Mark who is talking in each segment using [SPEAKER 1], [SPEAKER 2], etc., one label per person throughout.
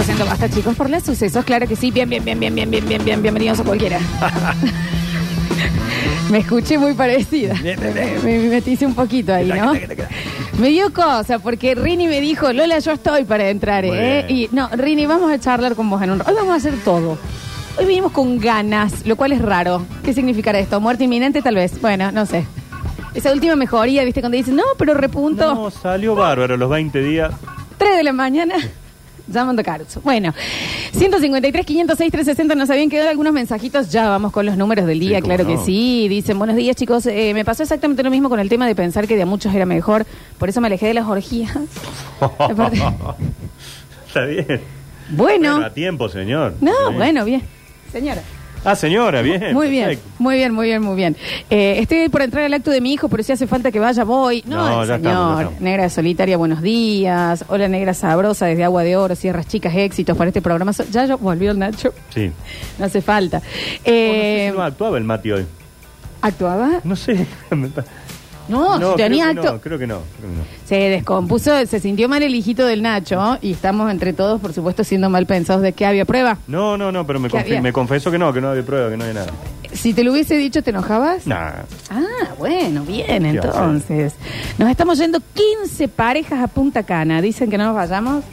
[SPEAKER 1] haciendo basta, chicos, por los sucesos. Claro que sí. Bien, bien, bien, bien, bien, bien, bien, bien. Bienvenidos a cualquiera. Me escuché muy parecida.
[SPEAKER 2] Bien, bien,
[SPEAKER 1] Me,
[SPEAKER 2] bien.
[SPEAKER 1] me metice un poquito ahí, ¿no? Me dio cosa porque Rini me dijo, Lola, yo estoy para entrar,
[SPEAKER 2] Muy
[SPEAKER 1] ¿eh? Y
[SPEAKER 2] bien.
[SPEAKER 1] no, Rini, vamos a charlar con vos en un rato. Hoy vamos a hacer todo. Hoy vinimos con ganas, lo cual es raro. ¿Qué significará esto? ¿Muerte inminente tal vez? Bueno, no sé. Esa última mejoría, ¿viste? Cuando dicen, no, pero repunto.
[SPEAKER 2] No, salió bárbaro los 20 días.
[SPEAKER 1] 3 de la mañana. Llamando a Carlos. Bueno, 153, 506, 360. Nos habían quedado algunos mensajitos. Ya vamos con los números del día,
[SPEAKER 2] Sí, cómo
[SPEAKER 1] claro que
[SPEAKER 2] no.
[SPEAKER 1] sí. Dicen, buenos días, chicos. Eh, me pasó exactamente lo mismo con el tema de pensar que de a muchos era mejor. Por eso me alejé de las orgías. Aparte-
[SPEAKER 2] Está bien.
[SPEAKER 1] bueno.
[SPEAKER 2] a tiempo, señor.
[SPEAKER 1] no,
[SPEAKER 2] Sí.
[SPEAKER 1] bueno, bien. Señora.
[SPEAKER 2] Ah, señora, bien.
[SPEAKER 1] Muy bien,
[SPEAKER 2] perfecto.
[SPEAKER 1] muy bien, muy bien, muy bien. Eh, estoy por entrar al acto de mi hijo, pero si hace falta que vaya, voy. No,
[SPEAKER 2] No,
[SPEAKER 1] el
[SPEAKER 2] ya
[SPEAKER 1] señor.
[SPEAKER 2] estamos, ya estamos.
[SPEAKER 1] Negra solitaria, buenos días. Hola, negra sabrosa desde Agua de Oro, Sierras Chicas, éxitos para este programa. So- Ya yo- volvió el Nacho,
[SPEAKER 2] Sí.
[SPEAKER 1] no hace falta.
[SPEAKER 2] Bueno, no sé
[SPEAKER 1] Eh,
[SPEAKER 2] si no actuaba el Mati hoy.
[SPEAKER 1] ¿Actuaba?
[SPEAKER 2] No sé. Me pa-
[SPEAKER 1] No,
[SPEAKER 2] creo
[SPEAKER 1] tenía
[SPEAKER 2] que
[SPEAKER 1] acto.
[SPEAKER 2] No, creo que no. creo que no.
[SPEAKER 1] Se descompuso, se sintió mal el hijito del Nacho y estamos entre todos, por supuesto, siendo mal pensados de que había prueba.
[SPEAKER 2] No, no, no, pero me,
[SPEAKER 1] ¿Qué
[SPEAKER 2] confi-
[SPEAKER 1] había?
[SPEAKER 2] me confesó que no, que no había prueba, que no había nada.
[SPEAKER 1] Si te lo hubiese dicho, ¿te enojabas?
[SPEAKER 2] Nah.
[SPEAKER 1] Ah, bueno, bien,
[SPEAKER 2] Dios,
[SPEAKER 1] entonces. Nos estamos yendo 15 parejas a Punta Cana. Dicen que no nos vayamos.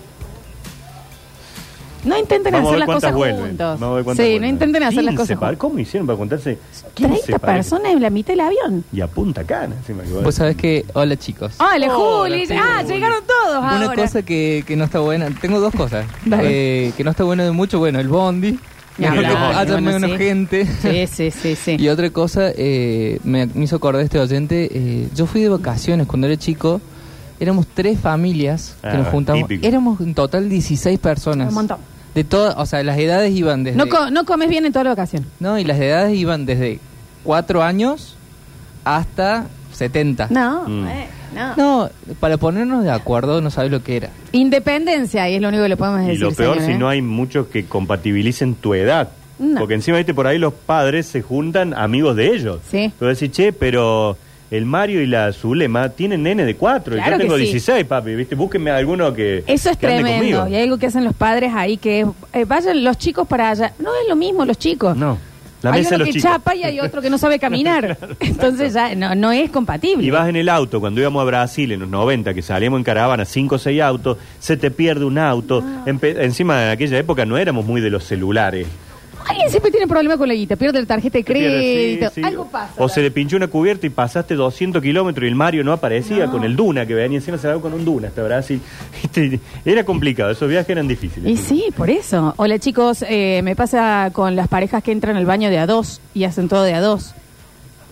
[SPEAKER 1] No intenten
[SPEAKER 2] Vamos a
[SPEAKER 1] hacer
[SPEAKER 2] ver
[SPEAKER 1] las
[SPEAKER 2] cuántas
[SPEAKER 1] cosas
[SPEAKER 2] vuelven.
[SPEAKER 1] juntos.
[SPEAKER 2] Vamos a ver
[SPEAKER 1] sí,
[SPEAKER 2] cuántas
[SPEAKER 1] no
[SPEAKER 2] vuelven.
[SPEAKER 1] intenten hacer las
[SPEAKER 2] 15
[SPEAKER 1] cosas
[SPEAKER 2] par-
[SPEAKER 1] juntos.
[SPEAKER 2] ¿Cómo hicieron para contarse 15
[SPEAKER 1] 30
[SPEAKER 2] parejas?
[SPEAKER 1] personas en la mitad del avión.
[SPEAKER 2] Y a punta cana, encima que va.
[SPEAKER 3] Vos sabés que, hola chicos.
[SPEAKER 1] Hola,
[SPEAKER 2] Hola,
[SPEAKER 1] Juli.
[SPEAKER 2] sí,
[SPEAKER 1] ah,
[SPEAKER 2] Juli.
[SPEAKER 1] llegaron todos
[SPEAKER 3] Una
[SPEAKER 1] ahora.
[SPEAKER 3] cosa que, que no está buena, tengo dos cosas.
[SPEAKER 1] Dale.
[SPEAKER 3] Eh, que no está bueno de mucho, bueno, el bondi.
[SPEAKER 1] Ni
[SPEAKER 3] que
[SPEAKER 2] hablar,
[SPEAKER 3] haya
[SPEAKER 1] bueno,
[SPEAKER 3] menos
[SPEAKER 1] sí.
[SPEAKER 3] gente.
[SPEAKER 1] Sí, sí, sí, sí.
[SPEAKER 3] Y otra cosa, eh, me, me hizo acordar este oyente, eh, yo fui de vacaciones cuando era chico, éramos tres familias que
[SPEAKER 2] Ah,
[SPEAKER 3] nos juntamos,
[SPEAKER 2] típico.
[SPEAKER 3] éramos en total 16 personas.
[SPEAKER 1] Un montón.
[SPEAKER 3] De todas, o sea, las edades iban desde...
[SPEAKER 1] No, co- no comes bien en toda la ocasión.
[SPEAKER 3] no, y las edades iban desde 4 años hasta 70.
[SPEAKER 1] No,
[SPEAKER 2] Mm.
[SPEAKER 1] eh, no.
[SPEAKER 3] Ah. No, para ponernos de acuerdo, no sabes lo que era.
[SPEAKER 1] Independencia, y es lo único que le podemos
[SPEAKER 2] Y
[SPEAKER 1] decir.
[SPEAKER 2] lo peor
[SPEAKER 1] señor,
[SPEAKER 2] si
[SPEAKER 1] ¿eh?
[SPEAKER 2] no hay muchos que compatibilicen tu edad.
[SPEAKER 1] No.
[SPEAKER 2] Porque encima, viste, por ahí los padres se juntan amigos de ellos.
[SPEAKER 1] Sí.
[SPEAKER 2] Entonces decís, che, pero el Mario y la Zulema tienen nene de cuatro. y
[SPEAKER 1] Claro
[SPEAKER 2] yo
[SPEAKER 1] que
[SPEAKER 2] tengo
[SPEAKER 1] sí.
[SPEAKER 2] 16, papi, viste, búsquenme a alguno que
[SPEAKER 1] Eso es
[SPEAKER 2] que ande
[SPEAKER 1] tremendo. Y
[SPEAKER 2] conmigo.
[SPEAKER 1] hay algo que hacen los padres ahí que es, eh, vayan los chicos para allá. No es lo mismo los chicos.
[SPEAKER 2] No, la
[SPEAKER 1] hay
[SPEAKER 2] mesa
[SPEAKER 1] uno
[SPEAKER 2] de los
[SPEAKER 1] que
[SPEAKER 2] chicos.
[SPEAKER 1] chapa y hay otro que no sabe caminar. Entonces ya no, no es compatible.
[SPEAKER 2] Y vas en el auto, cuando íbamos a Brasil en los 90, que salíamos en caravana, cinco o seis autos, se te pierde un auto.
[SPEAKER 1] Ah.
[SPEAKER 2] Empe- Encima, en aquella época no éramos muy de los celulares.
[SPEAKER 1] Alguien siempre tiene problema con la guita, pierde la tarjeta de
[SPEAKER 2] Se pierde,
[SPEAKER 1] crédito.
[SPEAKER 2] sí, sí.
[SPEAKER 1] Algo pasa.
[SPEAKER 2] O se le pinchó una cubierta y pasaste 200 kilómetros y el Mario no aparecía con el Duna que venía. Encima se va con un Duna hasta Brasil. Este, Era complicado, esos viajes eran difíciles.
[SPEAKER 1] Y sí, por eso. Hola chicos, eh, me pasa con las parejas que entran al baño de a dos y hacen todo de a dos.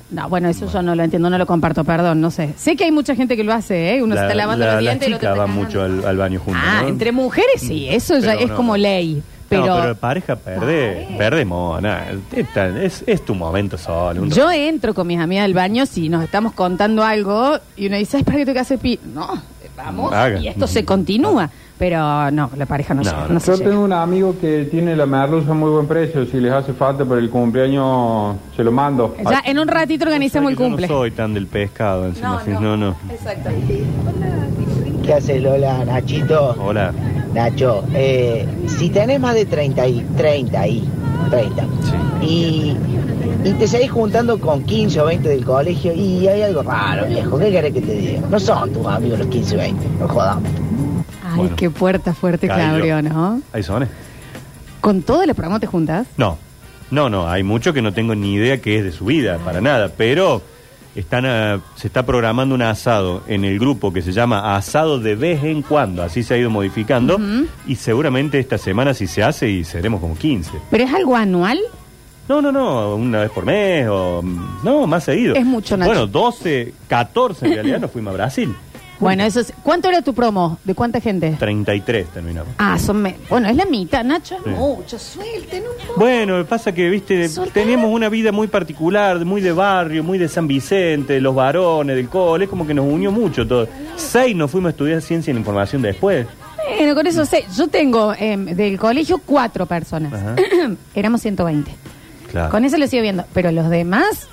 [SPEAKER 1] No, bueno, eso yo no lo entiendo, no lo comparto, perdón, no sé. Sé que hay mucha gente que lo hace, ¿eh? Uno se
[SPEAKER 2] La-
[SPEAKER 1] está lavando
[SPEAKER 2] la-
[SPEAKER 1] los
[SPEAKER 2] las
[SPEAKER 1] dientes y el otro
[SPEAKER 2] chicas
[SPEAKER 1] está
[SPEAKER 2] van
[SPEAKER 1] cagando.
[SPEAKER 2] mucho al, al baño juntos.
[SPEAKER 1] Ah,
[SPEAKER 2] ¿no? Mm,
[SPEAKER 1] entre mujeres sí, eso ya
[SPEAKER 2] Pero
[SPEAKER 1] es
[SPEAKER 2] no.
[SPEAKER 1] como ley. Pero,
[SPEAKER 2] No, pero pareja, perdé, perdé mona. Esta- Es, es tu momento solo. un
[SPEAKER 1] yo entro con mis amigas al baño si nos estamos contando algo y uno dice, es para que te que hacer pi. No, vamos,
[SPEAKER 2] Haga. Mm.
[SPEAKER 1] y esto se continúa. Pero no, la pareja no,
[SPEAKER 2] No,
[SPEAKER 1] llega,
[SPEAKER 2] no.
[SPEAKER 1] no se
[SPEAKER 4] Yo
[SPEAKER 1] llega.
[SPEAKER 4] tengo un amigo que tiene la merluza a muy buen precio. Si les hace falta para el cumpleaños, se lo mando.
[SPEAKER 1] Ya en este un ratito organizamos el
[SPEAKER 2] Yo
[SPEAKER 1] cumple.
[SPEAKER 2] No soy tan del pescado, encima. sí, No, no.
[SPEAKER 1] Exacto.
[SPEAKER 5] ¿Qué hace Lola,
[SPEAKER 6] Oh.
[SPEAKER 5] Nachito?
[SPEAKER 2] Hola.
[SPEAKER 5] Nacho, eh, si tenés más de 30 y 30 y 30 y, y te seguís juntando con 15 o 20 del colegio y hay algo raro, viejo, ¿qué querés que te diga? No son tus amigos los 15 o 20, no jodamos.
[SPEAKER 1] Ay,
[SPEAKER 2] Bueno.
[SPEAKER 1] qué puerta fuerte que
[SPEAKER 2] Cayó.
[SPEAKER 1] abrió, ¿no?
[SPEAKER 2] Ahí son. ¿eh?
[SPEAKER 1] ¿Con todo el programa te juntas?
[SPEAKER 2] No, no, no. Hay mucho que no tengo ni idea que es de su vida,
[SPEAKER 1] Ah.
[SPEAKER 2] para nada. Pero están ah, se está programando un asado en el grupo que se llama Asado de vez en cuando. Así se ha ido modificando. Y seguramente esta semana, si se hace, y seremos como 15.
[SPEAKER 1] ¿Pero es algo anual?
[SPEAKER 2] No, no, no, una vez por mes o... mm, No, más seguido.
[SPEAKER 1] Es mucho, Nacho.
[SPEAKER 2] Bueno, 12, 14 en realidad nos fuimos a Brasil.
[SPEAKER 1] Bueno, eso es... ¿Cuánto era tu promo? ¿De cuánta gente?
[SPEAKER 2] 33 terminamos.
[SPEAKER 1] Ah, son... me- Bueno, es la mitad, Nacho, es
[SPEAKER 2] Sí.
[SPEAKER 1] mucho. Suelten un poco.
[SPEAKER 2] Bueno, pasa que, viste,
[SPEAKER 1] Soltar.
[SPEAKER 2] teníamos una vida muy particular, muy de barrio, muy de San Vicente, de los varones, del cole, es como que nos unió mucho todo. Seis nos fuimos a estudiar ciencia y la información después.
[SPEAKER 1] Bueno, con eso sé. Yo tengo em, del colegio cuatro personas.
[SPEAKER 2] Ajá.
[SPEAKER 1] Éramos 120.
[SPEAKER 2] Claro.
[SPEAKER 1] Con eso lo sigo viendo. Pero los demás,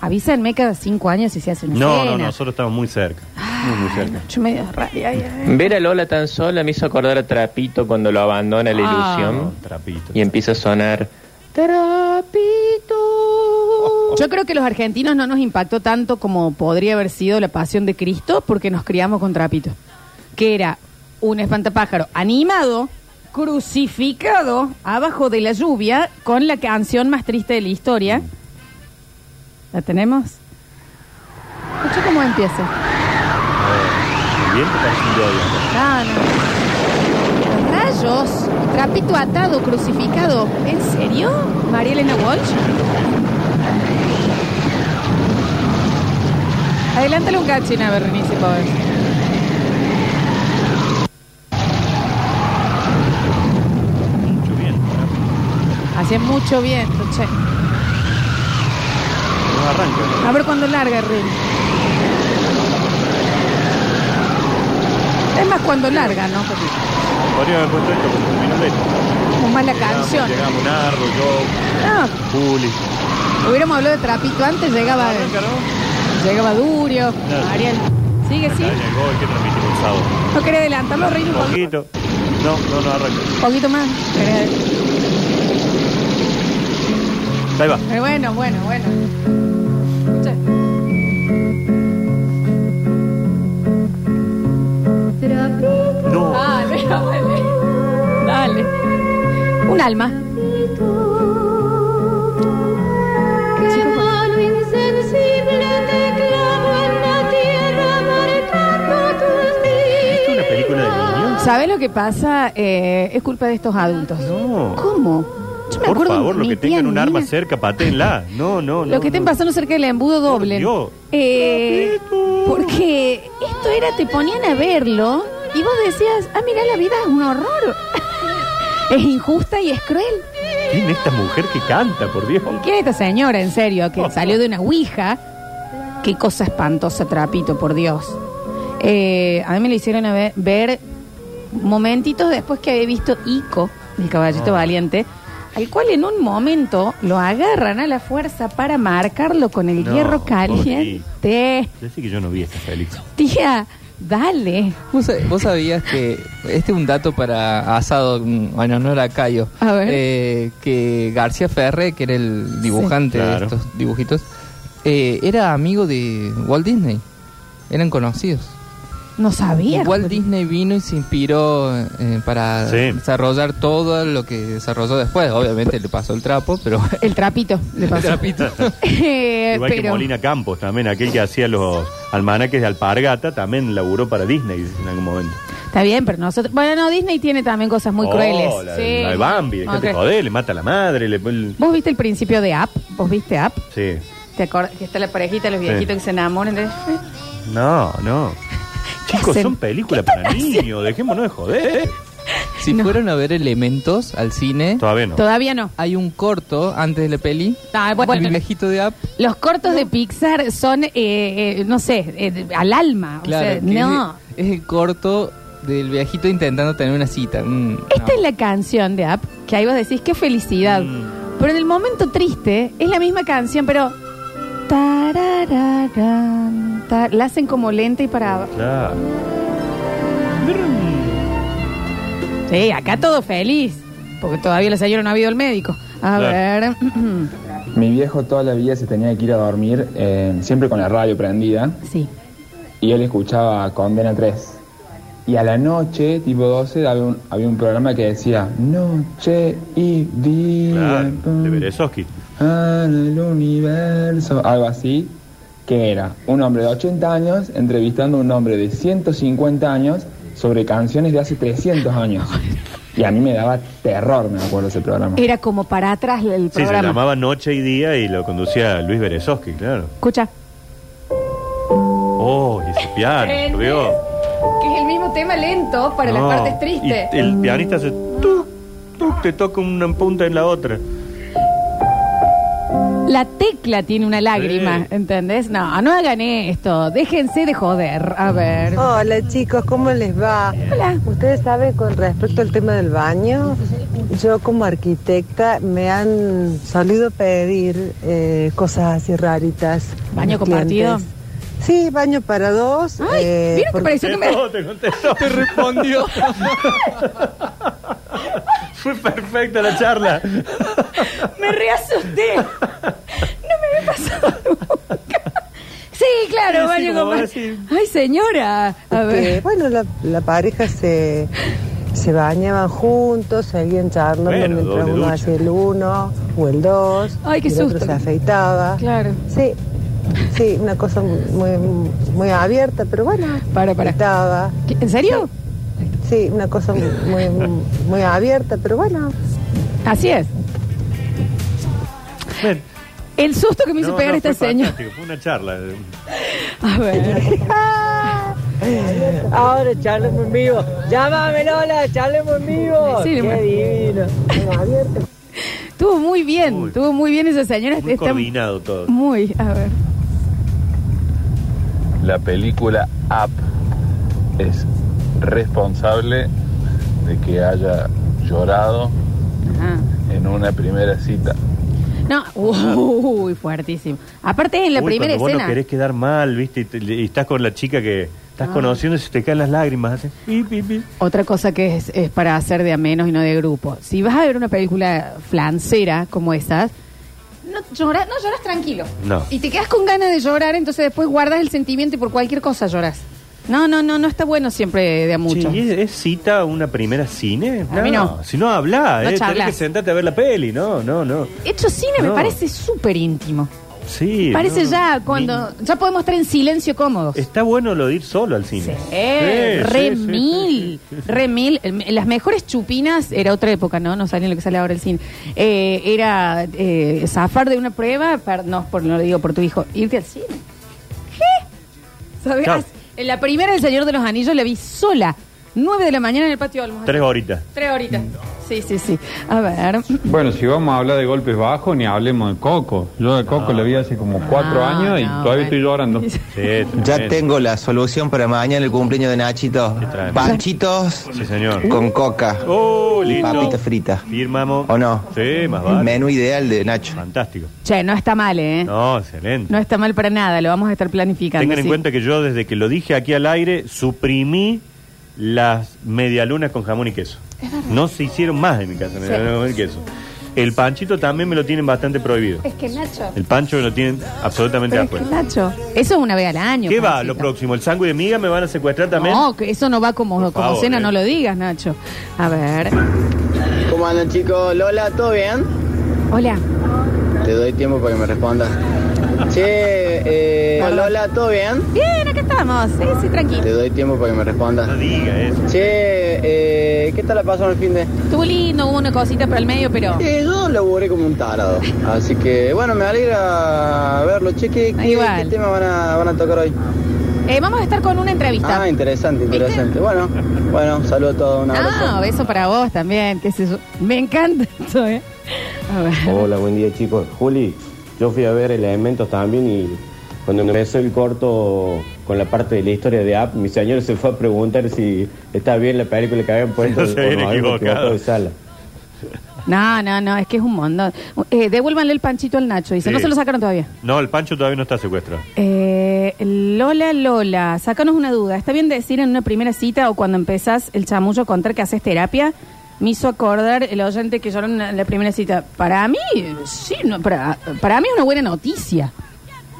[SPEAKER 1] avísenme cada cinco años si se hace una
[SPEAKER 2] no,
[SPEAKER 1] cena.
[SPEAKER 2] no, nosotros estamos muy cerca. Muy, muy cerca.
[SPEAKER 1] Yo medio raya. ahí, eh.
[SPEAKER 7] Ver a Lola tan sola me hizo acordar a Trapito cuando lo abandona la
[SPEAKER 1] Ah.
[SPEAKER 2] No,
[SPEAKER 7] ilusión
[SPEAKER 2] trapito.
[SPEAKER 7] y empieza a sonar.
[SPEAKER 1] Yo creo que los argentinos no nos impactó tanto como podría haber sido la pasión de Cristo porque nos criamos con Trapito. Que era un espantapájaro animado, crucificado, abajo de la lluvia, con la canción más triste de la historia. ¿La tenemos? Escucha cómo empieza.
[SPEAKER 2] Bien, te parece un yoyo.
[SPEAKER 1] Ah, no. Rayos, Trapito atado, crucificado. ¿En serio? María Elena Walsh. Adelántale un cachín a Berenice, por favor.
[SPEAKER 2] Mucho bien.
[SPEAKER 1] Hace mucho viento, che.
[SPEAKER 2] No arranca.
[SPEAKER 1] A ver cuándo larga el ring. Es más cuando larga, ¿no?
[SPEAKER 2] Podría haber puesto esto como un minuto.
[SPEAKER 1] Como más la
[SPEAKER 2] Llegamos,
[SPEAKER 1] canción.
[SPEAKER 2] Llegamos, Nardo, yo,
[SPEAKER 1] No,
[SPEAKER 2] Juli.
[SPEAKER 1] hubiéramos hablado de trapito antes, llegaba,
[SPEAKER 2] Arranca, ¿no?
[SPEAKER 1] llegaba Durio,
[SPEAKER 2] Claro.
[SPEAKER 1] Ariel. ¿Sigue, sí?
[SPEAKER 2] Ahí llegó el que transmite el sábado.
[SPEAKER 1] ¿No querés adelantarlo, Rini?
[SPEAKER 2] Un poquito. No, no, no arranca.
[SPEAKER 1] Un poquito más. Eh, Querés-
[SPEAKER 2] Ahí va.
[SPEAKER 1] eh, Bueno, bueno, bueno. Che.
[SPEAKER 2] No.
[SPEAKER 1] Dale, dale. Dale. Un alma.
[SPEAKER 8] Que mano insensible te clavo en la tierra marcando tus
[SPEAKER 2] ¿Esto es una
[SPEAKER 8] días.
[SPEAKER 2] película de niños?
[SPEAKER 1] ¿Sabes lo que pasa? Eh, es culpa de estos adultos.
[SPEAKER 2] No.
[SPEAKER 1] ¿Cómo? Yo me
[SPEAKER 2] Por
[SPEAKER 1] acuerdo
[SPEAKER 2] favor, lo
[SPEAKER 1] mi
[SPEAKER 2] que
[SPEAKER 1] tía
[SPEAKER 2] tengan un arma
[SPEAKER 1] Nina,
[SPEAKER 2] cerca, patenla. No, no, no.
[SPEAKER 1] Lo que estén
[SPEAKER 2] no.
[SPEAKER 1] pasando cerca del embudo doble.
[SPEAKER 2] Dios.
[SPEAKER 1] Eh,
[SPEAKER 2] Papito.
[SPEAKER 1] porque esto era, te ponían a verlo y vos decías, ah, mira, la vida es un horror. es injusta y es cruel.
[SPEAKER 2] ¿Quién es esta mujer que canta, por Dios?
[SPEAKER 1] ¿Quién es esta señora, en serio, que salió de una ouija? Qué cosa espantosa, trapito, por Dios. Eh, a mí me lo hicieron a ver, ver momentitos después que había visto Ico, el caballito
[SPEAKER 2] Ah.
[SPEAKER 1] valiente, al cual en un momento lo agarran a la fuerza para marcarlo con el
[SPEAKER 2] No,
[SPEAKER 1] hierro caliente.
[SPEAKER 2] Ya sé que yo no vi esta película.
[SPEAKER 1] Tía, dale.
[SPEAKER 3] ¿Vos, sa- vos sabías que este es un dato para asado, mm, bueno, honor a Cayo,
[SPEAKER 1] A ver.
[SPEAKER 3] eh, que García Ferre, que era el dibujante
[SPEAKER 2] Sí. Claro.
[SPEAKER 3] de estos dibujitos, eh, era amigo de Walt Disney, eran conocidos.
[SPEAKER 1] No sabía.
[SPEAKER 3] Walt Disney vino y se inspiró eh, para
[SPEAKER 2] Sí.
[SPEAKER 3] desarrollar todo lo que desarrolló después. Obviamente le pasó el trapo, pero
[SPEAKER 1] El trapito, le pasó. Eh,
[SPEAKER 2] Igual que
[SPEAKER 1] pero-
[SPEAKER 2] Molina Campos también, aquel que hacía los almanaques de Alpargata, también laburó para Disney en algún momento.
[SPEAKER 1] Está bien, pero nosotros. Bueno, no, Disney tiene también cosas muy
[SPEAKER 2] Oh,
[SPEAKER 1] crueles.
[SPEAKER 2] La,
[SPEAKER 1] Sí.
[SPEAKER 2] la de Bambi,
[SPEAKER 1] Ok.
[SPEAKER 2] que te jodé, le mata a la madre. Le, el-
[SPEAKER 1] ¿Vos viste el principio de App? ¿Vos viste App?
[SPEAKER 2] sí.
[SPEAKER 1] ¿Te acuerdas que está la parejita, los viejitos
[SPEAKER 2] Sí.
[SPEAKER 1] que se enamoran? de-
[SPEAKER 2] No, no. Chicos,
[SPEAKER 1] hacen?
[SPEAKER 2] son películas para niños, dejémonos de joder.
[SPEAKER 3] si fueron a ver elementos al cine,
[SPEAKER 2] Todavía no.
[SPEAKER 1] Todavía no.
[SPEAKER 3] hay un corto antes de la peli,
[SPEAKER 1] Ah, bueno,
[SPEAKER 3] el
[SPEAKER 1] bueno.
[SPEAKER 3] viejito de App.
[SPEAKER 1] Los cortos de Pixar son, eh, eh, no sé, eh, al alma. O sea,
[SPEAKER 3] Claro, que
[SPEAKER 1] no.
[SPEAKER 3] es, es el corto del viejito intentando tener una cita. Mm,
[SPEAKER 1] Esta
[SPEAKER 3] no.
[SPEAKER 1] es la canción de App, que ahí vos decís, qué felicidad.
[SPEAKER 2] Mm.
[SPEAKER 1] Pero en el momento triste, es la misma canción, pero... tarararán, ta- la hacen como lenta y para abajo.
[SPEAKER 2] Claro.
[SPEAKER 1] Sí, acá todo feliz. Porque todavía la señora no ha habido el médico. A
[SPEAKER 2] Claro.
[SPEAKER 1] ver.
[SPEAKER 4] Mi viejo toda la vida se tenía que ir a dormir, eh, siempre con la radio prendida,
[SPEAKER 1] sí.
[SPEAKER 4] y él escuchaba Condena 3. Y a la noche, tipo 12, había un, había un programa que decía Noche y día.
[SPEAKER 2] Claro, de Berezovsky.
[SPEAKER 4] Al el universo, algo así, que era un hombre de 80 años entrevistando a un hombre de 150 años sobre canciones de hace 300 años. Y a mí me daba terror, me acuerdo ese programa.
[SPEAKER 1] Era como para atrás el
[SPEAKER 2] Sí, se
[SPEAKER 1] programa.
[SPEAKER 2] llamaba Noche y Día y lo conducía Luis Berezovsky, claro.
[SPEAKER 1] Escucha.
[SPEAKER 2] Oh, y ese piano,
[SPEAKER 1] ¿Entendés?
[SPEAKER 2] por Dios.
[SPEAKER 1] Que es el mismo tema lento para
[SPEAKER 2] No,
[SPEAKER 1] las partes tristes.
[SPEAKER 2] Y el pianista hace tuc, tuc, te toca una punta en la otra.
[SPEAKER 1] La tecla tiene una lágrima,
[SPEAKER 2] Sí.
[SPEAKER 1] ¿entendés? No, no hagan esto. Déjense de joder. A ver.
[SPEAKER 2] Mm.
[SPEAKER 9] Hola chicos, ¿cómo les va?
[SPEAKER 1] Hola.
[SPEAKER 9] Ustedes saben con respecto al tema del baño, yo como arquitecta me han solido pedir eh, cosas así raritas. a
[SPEAKER 1] ¿Baño
[SPEAKER 9] mis clientes.
[SPEAKER 1] compartido?
[SPEAKER 9] Sí, baño para dos.
[SPEAKER 1] Ay,
[SPEAKER 9] eh,
[SPEAKER 1] ¿vieron que
[SPEAKER 9] porque-
[SPEAKER 1] pareció que me...
[SPEAKER 2] No, oh, te contestó.
[SPEAKER 3] Te respondió.
[SPEAKER 2] Fue perfecta la charla.
[SPEAKER 1] Me reasusté. No me había pasado nunca. Sí, claro,
[SPEAKER 2] Sí, sí,
[SPEAKER 1] baño
[SPEAKER 2] como
[SPEAKER 1] con
[SPEAKER 2] vos
[SPEAKER 1] pa-
[SPEAKER 2] decís.
[SPEAKER 1] Ay, señora. A
[SPEAKER 9] Este,
[SPEAKER 1] ver.
[SPEAKER 9] bueno, la, la pareja se, se bañaban juntos, seguían charlando
[SPEAKER 2] Bueno,
[SPEAKER 9] mientras
[SPEAKER 2] doble
[SPEAKER 9] uno
[SPEAKER 2] ducha.
[SPEAKER 9] hacía el uno o el dos.
[SPEAKER 1] Ay, qué
[SPEAKER 9] y el
[SPEAKER 1] susto.
[SPEAKER 9] otro se afeitaba.
[SPEAKER 1] Claro.
[SPEAKER 9] Sí, sí, una cosa muy, muy abierta, pero bueno.
[SPEAKER 1] Para, para.
[SPEAKER 9] Afeitaba.
[SPEAKER 1] ¿Qué- ¿En serio?
[SPEAKER 9] Sí, una cosa muy, muy abierta, pero bueno.
[SPEAKER 1] Así es.
[SPEAKER 2] Ven.
[SPEAKER 1] El susto que me hizo
[SPEAKER 2] No,
[SPEAKER 1] pegar
[SPEAKER 2] no,
[SPEAKER 1] esta
[SPEAKER 2] fue
[SPEAKER 1] señora.
[SPEAKER 2] fantástico, Fue una charla. eh,
[SPEAKER 1] A ver.
[SPEAKER 9] Ahora charlemos en vivo. Llámame Lola, charlemos en vivo.
[SPEAKER 1] Sí, me-
[SPEAKER 9] divino.
[SPEAKER 1] Estuvo muy bien,
[SPEAKER 2] Muy.
[SPEAKER 1] estuvo muy bien esa señora.
[SPEAKER 2] Muy
[SPEAKER 1] está
[SPEAKER 2] coordinado todo.
[SPEAKER 1] muy, a ver.
[SPEAKER 10] La película Up es responsable de que haya llorado
[SPEAKER 1] Ajá.
[SPEAKER 10] en una primera cita.
[SPEAKER 1] No, uy, fuertísimo. Aparte en la
[SPEAKER 2] Uy,
[SPEAKER 1] primera
[SPEAKER 2] cuando Vos no
[SPEAKER 1] escena.
[SPEAKER 2] querés quedar mal, ¿viste? Y, te- y estás con la chica que
[SPEAKER 1] Ah.
[SPEAKER 2] estás conociendo y se te caen las lágrimas. hace pi, pi, pi.
[SPEAKER 1] Otra cosa que es, es para hacer de a menos y no de grupo. Si vas a ver una película flancera como esas, no lloras, no lloras tranquilo.
[SPEAKER 2] No.
[SPEAKER 1] Y te quedas con ganas de llorar, entonces después guardas el sentimiento y por cualquier cosa lloras. No, no, no, no está bueno siempre de a mucho.
[SPEAKER 2] Che, ¿y ¿es, es cita una primera cine?
[SPEAKER 1] A mí no.
[SPEAKER 2] Si no habla,
[SPEAKER 1] No
[SPEAKER 2] eh, tenés
[SPEAKER 1] charlas.
[SPEAKER 2] que sentarte a ver la peli. No, no, no.
[SPEAKER 1] Hecho cine me
[SPEAKER 2] No.
[SPEAKER 1] parece súper íntimo.
[SPEAKER 2] Sí.
[SPEAKER 1] parece
[SPEAKER 2] no,
[SPEAKER 1] ya
[SPEAKER 2] no.
[SPEAKER 1] cuando ya podemos estar en silencio cómodos.
[SPEAKER 2] Está bueno lo de ir solo al
[SPEAKER 1] Sí, Eh,
[SPEAKER 2] cine. Sí,
[SPEAKER 1] re
[SPEAKER 2] sí, sí,
[SPEAKER 1] mil,
[SPEAKER 2] sí, sí, sí.
[SPEAKER 1] re mil. Eh, Las mejores chupinas, era otra época, ¿no? No salía lo que sale ahora el cine. Eh, era eh, zafar de una prueba, par- no, por, no lo digo por tu hijo, irte al cine. ¿Qué? ¿Sabías?
[SPEAKER 2] Claro.
[SPEAKER 1] En la primera del Señor de los Anillos la vi sola, 9 de la mañana en el patio de Olmos.
[SPEAKER 2] Tres horitas.
[SPEAKER 1] Tres horitas. Sí, sí, sí. A ver.
[SPEAKER 11] Bueno, si vamos a hablar de golpes bajos, ni hablemos de Coco. Yo de
[SPEAKER 10] Ah,
[SPEAKER 11] Coco la vi hace como cuatro
[SPEAKER 1] No,
[SPEAKER 11] años y todavía
[SPEAKER 1] no, bueno.
[SPEAKER 11] estoy llorando.
[SPEAKER 2] Sí,
[SPEAKER 6] Ya
[SPEAKER 2] tremendo.
[SPEAKER 6] tengo la solución para mañana el cumpleaños de Nachito.
[SPEAKER 2] ¿Qué trae?
[SPEAKER 6] Panchitos
[SPEAKER 2] Sí, señor.
[SPEAKER 6] con coca.
[SPEAKER 2] Oh,
[SPEAKER 6] Y
[SPEAKER 2] lindo.
[SPEAKER 6] papita frita.
[SPEAKER 2] Firmamos.
[SPEAKER 6] ¿O no?
[SPEAKER 2] Sí, más vale.
[SPEAKER 6] Menú ideal de Nacho.
[SPEAKER 2] Fantástico.
[SPEAKER 1] Che, no está mal, ¿eh? No.
[SPEAKER 2] No, excelente.
[SPEAKER 1] está mal para nada, lo vamos a estar planificando.
[SPEAKER 2] Tengan en
[SPEAKER 1] sí.
[SPEAKER 2] cuenta que yo desde que lo dije aquí al aire suprimí las medialunas con jamón y queso. No se hicieron más en mi casa, medialunas con jamón y queso. El panchito también me lo tienen bastante prohibido.
[SPEAKER 1] Es que Nacho.
[SPEAKER 2] El pancho me lo tienen absolutamente
[SPEAKER 1] Pero es
[SPEAKER 2] afuera.
[SPEAKER 1] que, Nacho, eso es una vez al año.
[SPEAKER 2] pues. ¿Qué va
[SPEAKER 1] Juancito.
[SPEAKER 2] lo próximo? ¿El sangre de miga me van a secuestrar también?
[SPEAKER 1] No, que eso no va como,
[SPEAKER 2] Por
[SPEAKER 1] como
[SPEAKER 2] favor,
[SPEAKER 1] cena,
[SPEAKER 2] eh.
[SPEAKER 1] no lo digas, Nacho. A ver.
[SPEAKER 5] ¿Cómo andan chicos? Lola, ¿todo bien?
[SPEAKER 1] Hola.
[SPEAKER 5] Te doy tiempo para que me respondas. Che, eh, Lola, ¿todo bien?
[SPEAKER 1] Bien, acá estamos. Sí, sí, tranquilo.
[SPEAKER 5] Te doy tiempo para que me
[SPEAKER 2] No
[SPEAKER 5] respondas.
[SPEAKER 2] diga eso.
[SPEAKER 5] Che, eh, ¿qué tal la pasó en el fin de?
[SPEAKER 1] Estuvo lindo, hubo una cosita para el medio, pero.
[SPEAKER 5] Eh, yo laburé como un tarado. Así que, bueno, me alegra verlo. Che, ¿qué, qué-
[SPEAKER 1] Igual.
[SPEAKER 5] qué tema van a, van a tocar hoy?
[SPEAKER 1] Eh, vamos a estar con una entrevista.
[SPEAKER 5] Ah, interesante, interesante. Bueno, bueno, saludos a todos, un abrazo.
[SPEAKER 1] Ah, beso para vos también, qué sé yo. Me encanta eso, ¿eh? A ver.
[SPEAKER 12] Hola, buen día chicos. Juli, yo fui a ver Elementos también y cuando empezó el corto con la parte de la historia de App, mi señor se fue a preguntar si está bien la película que habían puesto.
[SPEAKER 2] No se habían
[SPEAKER 12] habían
[SPEAKER 2] equivocado.
[SPEAKER 12] de sala.
[SPEAKER 1] No, no, no, es que es un montón. Eh, devuélvanle el panchito al Nacho, dice.
[SPEAKER 2] Sí.
[SPEAKER 1] No se lo sacaron todavía.
[SPEAKER 2] No, el pancho todavía no está secuestrado.
[SPEAKER 1] Eh, Lola, Lola, sácanos una duda. ¿Está bien decir en una primera cita o cuando empezás el chamullo a contar que haces terapia? Me hizo acordar el oyente que lloró en la- en la primera cita. Para mí, sí, no, para, para mí es una buena noticia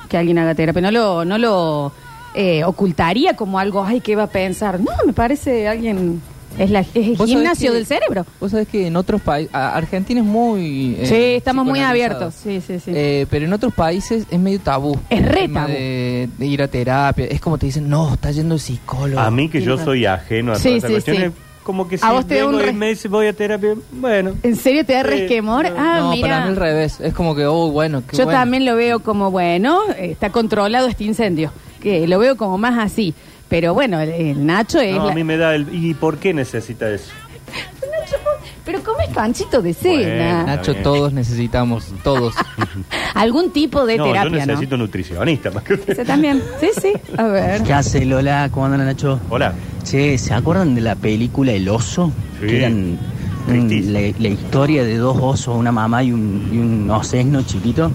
[SPEAKER 1] que alguien haga terapia. No lo, no lo eh, ocultaría como algo, ay, ¿qué va a pensar? No, me parece alguien... Es, la, es el
[SPEAKER 3] ¿Vos sabés
[SPEAKER 1] gimnasio
[SPEAKER 3] que-
[SPEAKER 1] del cerebro.
[SPEAKER 3] Vos sabés que en otros países, Argentina es muy... eh,
[SPEAKER 1] Sí, estamos muy
[SPEAKER 3] psicoanalizado.
[SPEAKER 1] abiertos. Sí, sí, sí.
[SPEAKER 3] Eh, pero en otros países es medio tabú.
[SPEAKER 1] Es re
[SPEAKER 3] El tema
[SPEAKER 1] tabú.
[SPEAKER 3] De, de ir a terapia. Es como te dicen, no, está yendo el psicólogo.
[SPEAKER 2] A mí que yo soy ajeno a
[SPEAKER 1] Sí,
[SPEAKER 2] todas esas
[SPEAKER 1] sí,
[SPEAKER 2] cuestiones,
[SPEAKER 1] sí.
[SPEAKER 2] como que si
[SPEAKER 1] A vos te da un
[SPEAKER 2] vengo y
[SPEAKER 1] re-
[SPEAKER 2] me dice voy a terapia, bueno.
[SPEAKER 1] ¿En serio te da
[SPEAKER 2] Sí,
[SPEAKER 1] resquemor? Ah,
[SPEAKER 3] eh, no,
[SPEAKER 1] mira.
[SPEAKER 3] para mí al revés. Es como que, oh, bueno, qué
[SPEAKER 1] Yo
[SPEAKER 3] bueno.
[SPEAKER 1] también lo veo como, bueno, eh, está controlado este incendio, que lo veo como más así. Pero bueno, el, el Nacho es...
[SPEAKER 2] No,
[SPEAKER 1] la-
[SPEAKER 2] a mí me da el... ¿Y por qué necesita eso?
[SPEAKER 1] Nacho, pero comes panchito de cena.
[SPEAKER 2] Bueno.
[SPEAKER 3] Nacho,
[SPEAKER 2] Está bien.
[SPEAKER 3] todos necesitamos, todos.
[SPEAKER 1] Algún tipo de
[SPEAKER 2] no,
[SPEAKER 1] terapia, ¿no?
[SPEAKER 2] yo necesito nutricionista más que
[SPEAKER 1] Ese también. Sí, sí. A ver.
[SPEAKER 5] ¿Qué hace Lola? ¿Cómo andan Nacho?
[SPEAKER 2] Hola.
[SPEAKER 5] Che, ¿se acuerdan de la película El Oso?
[SPEAKER 2] Sí.
[SPEAKER 5] Que eran mm,
[SPEAKER 2] Tristísimo.
[SPEAKER 5] la, la historia de dos osos, una mamá y un, y un osesno chiquito.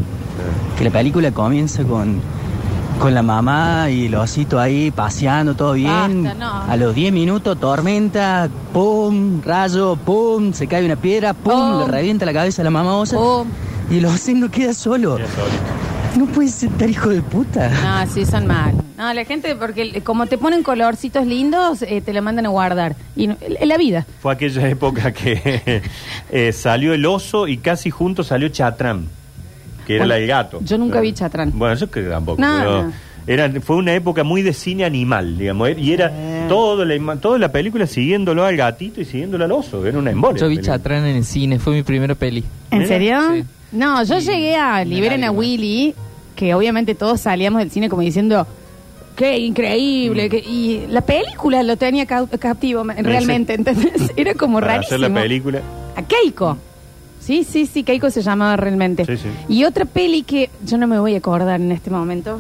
[SPEAKER 5] Que la película comienza con
[SPEAKER 13] Con la mamá y el osito ahí paseando, todo bien.
[SPEAKER 1] Basta, no.
[SPEAKER 13] A los 10 minutos, tormenta, pum, rayo, pum, se cae una piedra, pum,
[SPEAKER 1] Oh.
[SPEAKER 13] le revienta la cabeza a la mamá osa. Y el osito queda solo. No puede ser tan hijo de puta.
[SPEAKER 1] No, sí, son mal. No, la gente, porque como te ponen colorcitos lindos, eh, te lo mandan a guardar. Y no- la vida.
[SPEAKER 2] Fue aquella época que eh, salió el oso y casi junto salió Chatrán, que era
[SPEAKER 1] Bueno,
[SPEAKER 2] la del gato.
[SPEAKER 1] Yo nunca vi chatrán.
[SPEAKER 2] Bueno, yo creo que tampoco.
[SPEAKER 1] No,
[SPEAKER 2] pero
[SPEAKER 1] no.
[SPEAKER 2] Era, fue una época muy de cine animal, digamos. er- Y era toda la, ima- toda la película siguiéndolo al gatito y siguiéndolo al oso. Era una embolia.
[SPEAKER 3] Yo vi
[SPEAKER 2] película.
[SPEAKER 3] Chatrán en el cine, fue mi primera peli.
[SPEAKER 1] ¿En serio? No, yo llegué a Liberen a Willy, que obviamente todos salíamos del cine como diciendo, qué increíble. que-". y la película lo tenía cau- captivo, me-
[SPEAKER 2] Mm. Sí,
[SPEAKER 1] realmente, ¿entendés? Era como
[SPEAKER 2] Para
[SPEAKER 1] rarísimo.
[SPEAKER 2] hacer la película.
[SPEAKER 1] A Keiko. Sí, sí, sí, Keiko se llamaba realmente.
[SPEAKER 2] Sí, sí.
[SPEAKER 1] Y otra peli que yo no me voy a acordar en este momento,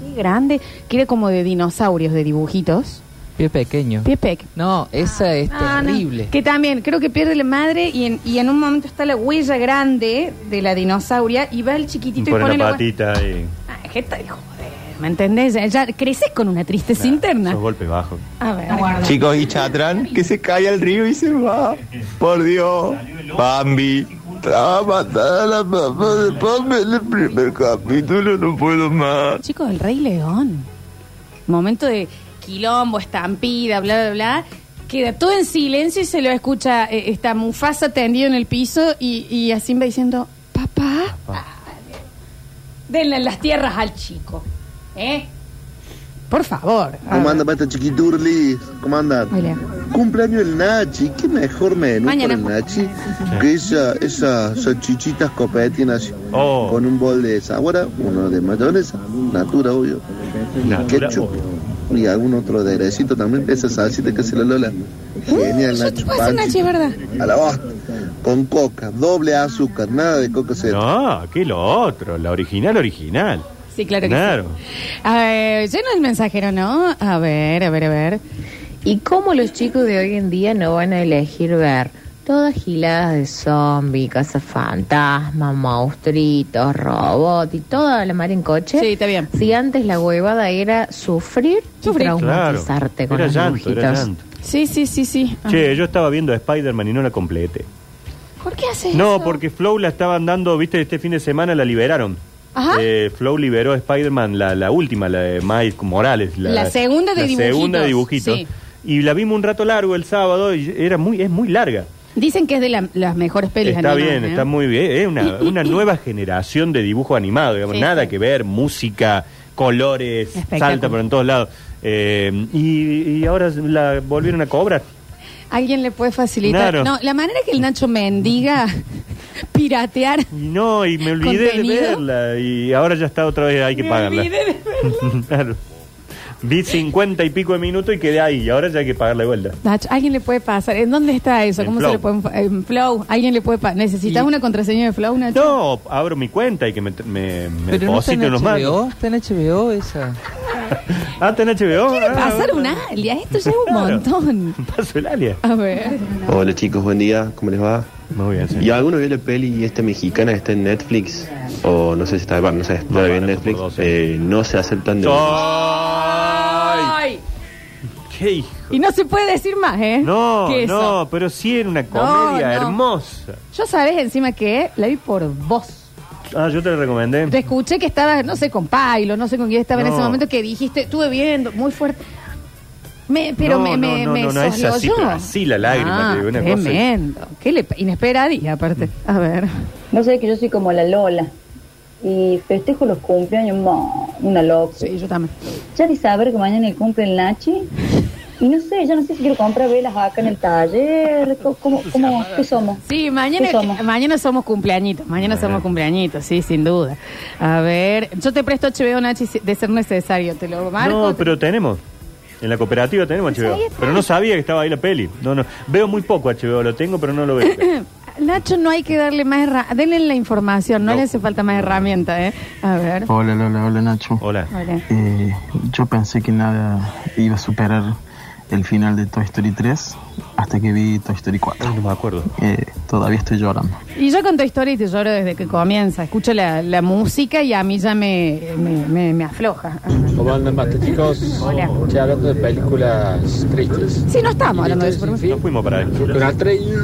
[SPEAKER 1] qué grande, que era como de dinosaurios, de dibujitos.
[SPEAKER 3] Pie pequeño.
[SPEAKER 1] Pie Peck.
[SPEAKER 3] No, esa es
[SPEAKER 1] Ah, no.
[SPEAKER 3] terrible.
[SPEAKER 1] Que también, creo que pierde la madre y en, y en un momento está la huella grande de la dinosauria y va el chiquitito y
[SPEAKER 2] Pone
[SPEAKER 1] pone
[SPEAKER 2] la
[SPEAKER 1] la
[SPEAKER 2] patita y
[SPEAKER 1] Ah, ¿qué tal? Joder, ¿me entendés? Ya, ya creces con una tristeza interna.
[SPEAKER 2] esos golpes bajos.
[SPEAKER 1] A ver.
[SPEAKER 6] Chicos, y Chatrán, que se cae al río y se va. Por Dios, Bambi. A matar a la mamá de Bambi en el primer capítulo, no puedo más.
[SPEAKER 1] Chicos, el Rey León. Momento de quilombo, estampida, bla, bla, bla. Queda todo en silencio y se lo escucha eh, esta mufasa tendido en el piso y, y así va diciendo, papá, dale, denle las tierras al chico. ¿Eh? Por favor. A
[SPEAKER 14] ¿Cómo anda, pata chiquiturlis? ¿Cómo andan?
[SPEAKER 1] Hola.
[SPEAKER 14] Cumpleaños el Nachi, qué mejor menú
[SPEAKER 1] Mañana.
[SPEAKER 14] para el Nachi que esa, esas salchichitas copetinas
[SPEAKER 2] Oh,
[SPEAKER 14] con un bol de sabora, uno de mayonesa, natura obvio,
[SPEAKER 2] Natura,
[SPEAKER 14] ketchup y algún otro aderecito también, esa salsita que hace la Lola. Genial, Nachi,
[SPEAKER 1] ¿Qué pasa, Nachi,
[SPEAKER 14] panchi,
[SPEAKER 1] es verdad?
[SPEAKER 14] a la bosta, con coca, doble azúcar, nada de coca cero.
[SPEAKER 2] No, que lo otro, la original, original.
[SPEAKER 1] Sí, claro que
[SPEAKER 2] Claro.
[SPEAKER 1] sí. A ver, lleno el mensajero, ¿no? A ver, a ver, a ver.
[SPEAKER 15] ¿Y cómo los chicos de hoy en día no van a elegir ver todas giladas de zombies, cazafantasmas, monstruitos, robots y toda la mar en coche? Sí, está bien. Si antes la huevada era sufrir,
[SPEAKER 1] Sufrir.
[SPEAKER 15] y traumatizarte con
[SPEAKER 2] Era
[SPEAKER 15] los
[SPEAKER 2] llanto, era
[SPEAKER 15] dibujitos.
[SPEAKER 2] llanto.
[SPEAKER 1] Sí, sí, sí, sí. Ah.
[SPEAKER 2] Che, yo estaba viendo a Spider-Man y no la completé.
[SPEAKER 1] ¿Por qué haces
[SPEAKER 2] No,
[SPEAKER 1] eso?
[SPEAKER 2] porque Flow la estaban dando, viste, este fin de semana la liberaron.
[SPEAKER 1] Ajá.
[SPEAKER 2] Eh, Flow liberó a Spider-Man, la, la última, la de Miles Morales. La,
[SPEAKER 1] La segunda de
[SPEAKER 2] la
[SPEAKER 1] dibujitos,
[SPEAKER 2] segunda de dibujitos.
[SPEAKER 1] sí.
[SPEAKER 2] Y la vimos un rato largo el sábado y era muy, es muy larga.
[SPEAKER 1] Dicen que es de la- las mejores pelis
[SPEAKER 2] Está
[SPEAKER 1] animadas,
[SPEAKER 2] bien,
[SPEAKER 1] ¿eh?
[SPEAKER 2] está muy bien. Es una, una nueva generación de dibujo animado, digamos,
[SPEAKER 1] Sí,
[SPEAKER 2] nada
[SPEAKER 1] sí.
[SPEAKER 2] que ver, música, colores,
[SPEAKER 1] Espectáculo.
[SPEAKER 2] salta por en todos lados. Eh, y, y ahora la volvieron a cobrar.
[SPEAKER 1] Alguien le puede facilitar.
[SPEAKER 2] Claro.
[SPEAKER 1] No, la manera que el Nacho mendiga piratear.
[SPEAKER 2] No, y me olvidé
[SPEAKER 1] ¿Contenido?
[SPEAKER 2] de verla y ahora ya está otra vez, hay que pagarla. Claro. Vi 50 y pico de minutos y quedé ahí. Y ahora ya hay que pagar la vuelta.
[SPEAKER 1] Nacho, alguien le puede pasar. ¿En dónde está eso?
[SPEAKER 2] En
[SPEAKER 1] ¿Cómo
[SPEAKER 2] Flow.
[SPEAKER 1] se le puede en Flow? ¿Alguien le puede pasar? ¿Necesitas una contraseña de Flow, Nacho?
[SPEAKER 2] No, abro mi cuenta y que me, me, me
[SPEAKER 3] Pero no está
[SPEAKER 2] depositen
[SPEAKER 3] en
[SPEAKER 2] los
[SPEAKER 3] HBO,
[SPEAKER 2] mandos.
[SPEAKER 3] está en HBO esa.
[SPEAKER 2] Ah, está en HBO.
[SPEAKER 1] Quiere
[SPEAKER 2] Ah,
[SPEAKER 1] pasar un alias. Esto ya es un
[SPEAKER 2] Claro.
[SPEAKER 1] montón.
[SPEAKER 2] Paso el alias.
[SPEAKER 1] A ver.
[SPEAKER 16] Hola chicos, buen día, ¿cómo les va?
[SPEAKER 2] Muy bien,
[SPEAKER 16] ¿Y alguno vio la peli esta mexicana que está en Netflix? O no sé si está, bueno, no sé, no la vi en Netflix. Eh, no se aceptan de...
[SPEAKER 1] ¡Ay!
[SPEAKER 2] ¡Qué hijo!
[SPEAKER 1] Y no se puede decir más, ¿eh?
[SPEAKER 2] No,
[SPEAKER 1] Que eso.
[SPEAKER 2] no, pero sí era una comedia
[SPEAKER 1] no.
[SPEAKER 2] hermosa.
[SPEAKER 1] Yo sabes encima que la vi por vos.
[SPEAKER 2] Ah, yo te la recomendé.
[SPEAKER 1] Te escuché que estabas, no sé, con Pailo, no sé con quién estaba en
[SPEAKER 2] No.
[SPEAKER 1] ese momento que dijiste, estuve viendo, muy fuerte. Me, pero
[SPEAKER 2] No,
[SPEAKER 1] me,
[SPEAKER 2] no,
[SPEAKER 1] me,
[SPEAKER 2] no,
[SPEAKER 1] me
[SPEAKER 2] no, no, es
[SPEAKER 1] soslayó.
[SPEAKER 2] así, pero así la lágrima,
[SPEAKER 1] Ah,
[SPEAKER 2] te digo una cosa.
[SPEAKER 1] tremendo. Qué le, inesperadía, aparte. A ver.
[SPEAKER 17] No sé que yo soy como la Lola. Y festejo los cumpleaños, mo, una loca. Sí,
[SPEAKER 1] yo también.
[SPEAKER 17] Ya de saber que mañana el cumple el Nachi. Y no sé, yo no sé si quiero comprar velas acá en el taller. co- ¿Cómo, cómo, qué somos?
[SPEAKER 1] Sí, mañana,
[SPEAKER 17] ¿Qué somos?
[SPEAKER 1] mañana somos cumpleañitos, mañana somos cumpleañitos, sí, sin duda. A ver, yo te presto HBO, Nachi, si- de ser necesario, te Pues lo marco.
[SPEAKER 2] No, pero tenemos. En la cooperativa tenemos HBO. Pero no sabía que estaba ahí la peli. No, no. Veo muy poco HBO, lo tengo, pero no lo veo.
[SPEAKER 1] Nacho, no hay que darle más herra- denle la información, no, le hace falta más herramienta, ¿eh? A ver.
[SPEAKER 18] Hola Lola, hola Nacho.
[SPEAKER 2] Hola.
[SPEAKER 1] Hola.
[SPEAKER 18] yo pensé que nada iba a superar el final de Toy Story 3 hasta que vi Toy Story 4.
[SPEAKER 2] no me acuerdo.
[SPEAKER 18] todavía estoy llorando.
[SPEAKER 1] Y yo con Toy Story te lloro desde que comienza. Escucho la, la música y a mí ya me, me, me- me afloja.
[SPEAKER 19] ¿Cómo andan, mate, chicos?
[SPEAKER 1] Hola.
[SPEAKER 19] Estoy hablando de películas tristes.
[SPEAKER 1] Sí, no estamos hablando de eso.
[SPEAKER 2] No fuimos para ahí.
[SPEAKER 19] Con Atreyu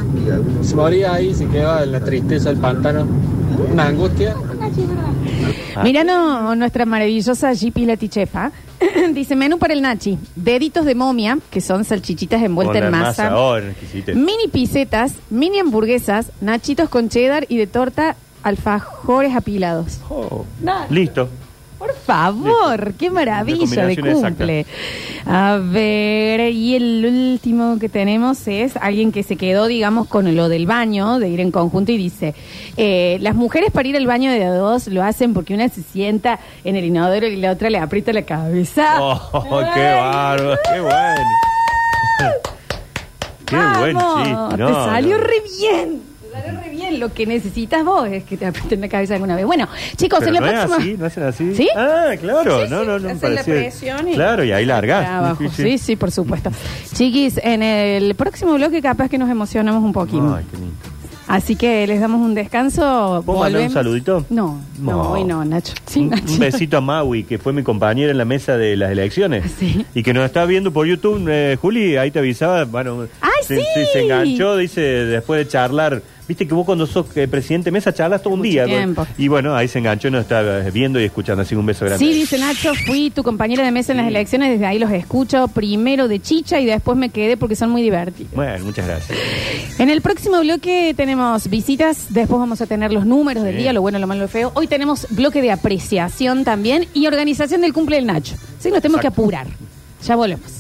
[SPEAKER 19] se moría ahí, se quedaba en la tristeza del pantano. Una angustia.
[SPEAKER 1] Ah. Mira no, nuestra maravillosa Jipi Latichefa. Dice, menú para el Nachi. Deditos de momia, que son salchichitas envueltas
[SPEAKER 2] Con
[SPEAKER 1] en
[SPEAKER 2] la
[SPEAKER 1] masa.
[SPEAKER 2] oh, era exquisito.
[SPEAKER 1] Mini pisetas, mini hamburguesas, nachitos con cheddar y de torta alfajores apilados.
[SPEAKER 2] Oh.
[SPEAKER 1] No,
[SPEAKER 2] Listo.
[SPEAKER 1] por favor, qué maravilla de
[SPEAKER 2] combinación exacta.
[SPEAKER 1] cumple. A ver, y el último que tenemos es alguien que se quedó, digamos, con lo del baño, de ir en conjunto y dice, eh, las mujeres para ir al baño de a dos lo hacen porque una se sienta en el inodoro y la otra le aprieta la cabeza.
[SPEAKER 2] Oh, qué bárbaro, qué bueno. qué buen
[SPEAKER 1] Vamos,
[SPEAKER 2] chiste.
[SPEAKER 1] te
[SPEAKER 2] no,
[SPEAKER 1] salió
[SPEAKER 2] no.
[SPEAKER 1] re bien. te salió re bien. Lo que necesitas vos es que te aprieten la cabeza alguna vez. Bueno, chicos,
[SPEAKER 2] Pero
[SPEAKER 1] en la
[SPEAKER 2] no
[SPEAKER 1] próxima.
[SPEAKER 2] es así, no hacen así.
[SPEAKER 1] ¿Sí?
[SPEAKER 2] Ah, claro,
[SPEAKER 1] Sí,
[SPEAKER 2] no,
[SPEAKER 1] sí,
[SPEAKER 2] no, no. me
[SPEAKER 1] hacen la
[SPEAKER 2] parecía.
[SPEAKER 1] presión y-
[SPEAKER 2] Claro, y ahí largas.
[SPEAKER 1] Acá abajo. Sí, sí, por supuesto. Chiquis, en el próximo bloque capaz que nos emocionamos un poquito.
[SPEAKER 2] Ay, qué lindo.
[SPEAKER 1] Así que les damos un descanso.
[SPEAKER 2] ¿Puedo mandar un
[SPEAKER 1] volvemos.
[SPEAKER 2] saludito?
[SPEAKER 1] No, no,
[SPEAKER 2] No.
[SPEAKER 1] hoy no, Nacho. Sí, Nacho.
[SPEAKER 2] Un besito a Maui, que fue mi compañera en la mesa de las elecciones. Y que nos está viendo por YouTube, eh, Juli, ahí te avisaba. Bueno, se,
[SPEAKER 1] sí!
[SPEAKER 2] se- se enganchó, dice, después de charlar. Viste que vos cuando sos eh, presidente de mesa charlas todo un día.
[SPEAKER 1] tiempo.
[SPEAKER 2] Y bueno, ahí se enganchó y nos está eh, viendo y escuchando. Así que un beso grande.
[SPEAKER 1] Sí, dice Nacho, fui tu compañera de mesa en las elecciones, desde ahí los escucho, primero de chicha y después me quedé porque son muy divertidos.
[SPEAKER 2] Bueno, muchas gracias.
[SPEAKER 1] En el próximo bloque tenemos visitas, después vamos a tener los números del
[SPEAKER 2] Sí.
[SPEAKER 1] día, lo bueno, lo malo, lo feo. Hoy tenemos bloque de apreciación también y organización del cumple del Nacho. Sí, nos tenemos que
[SPEAKER 2] Exacto.
[SPEAKER 1] apurar. Ya volvemos.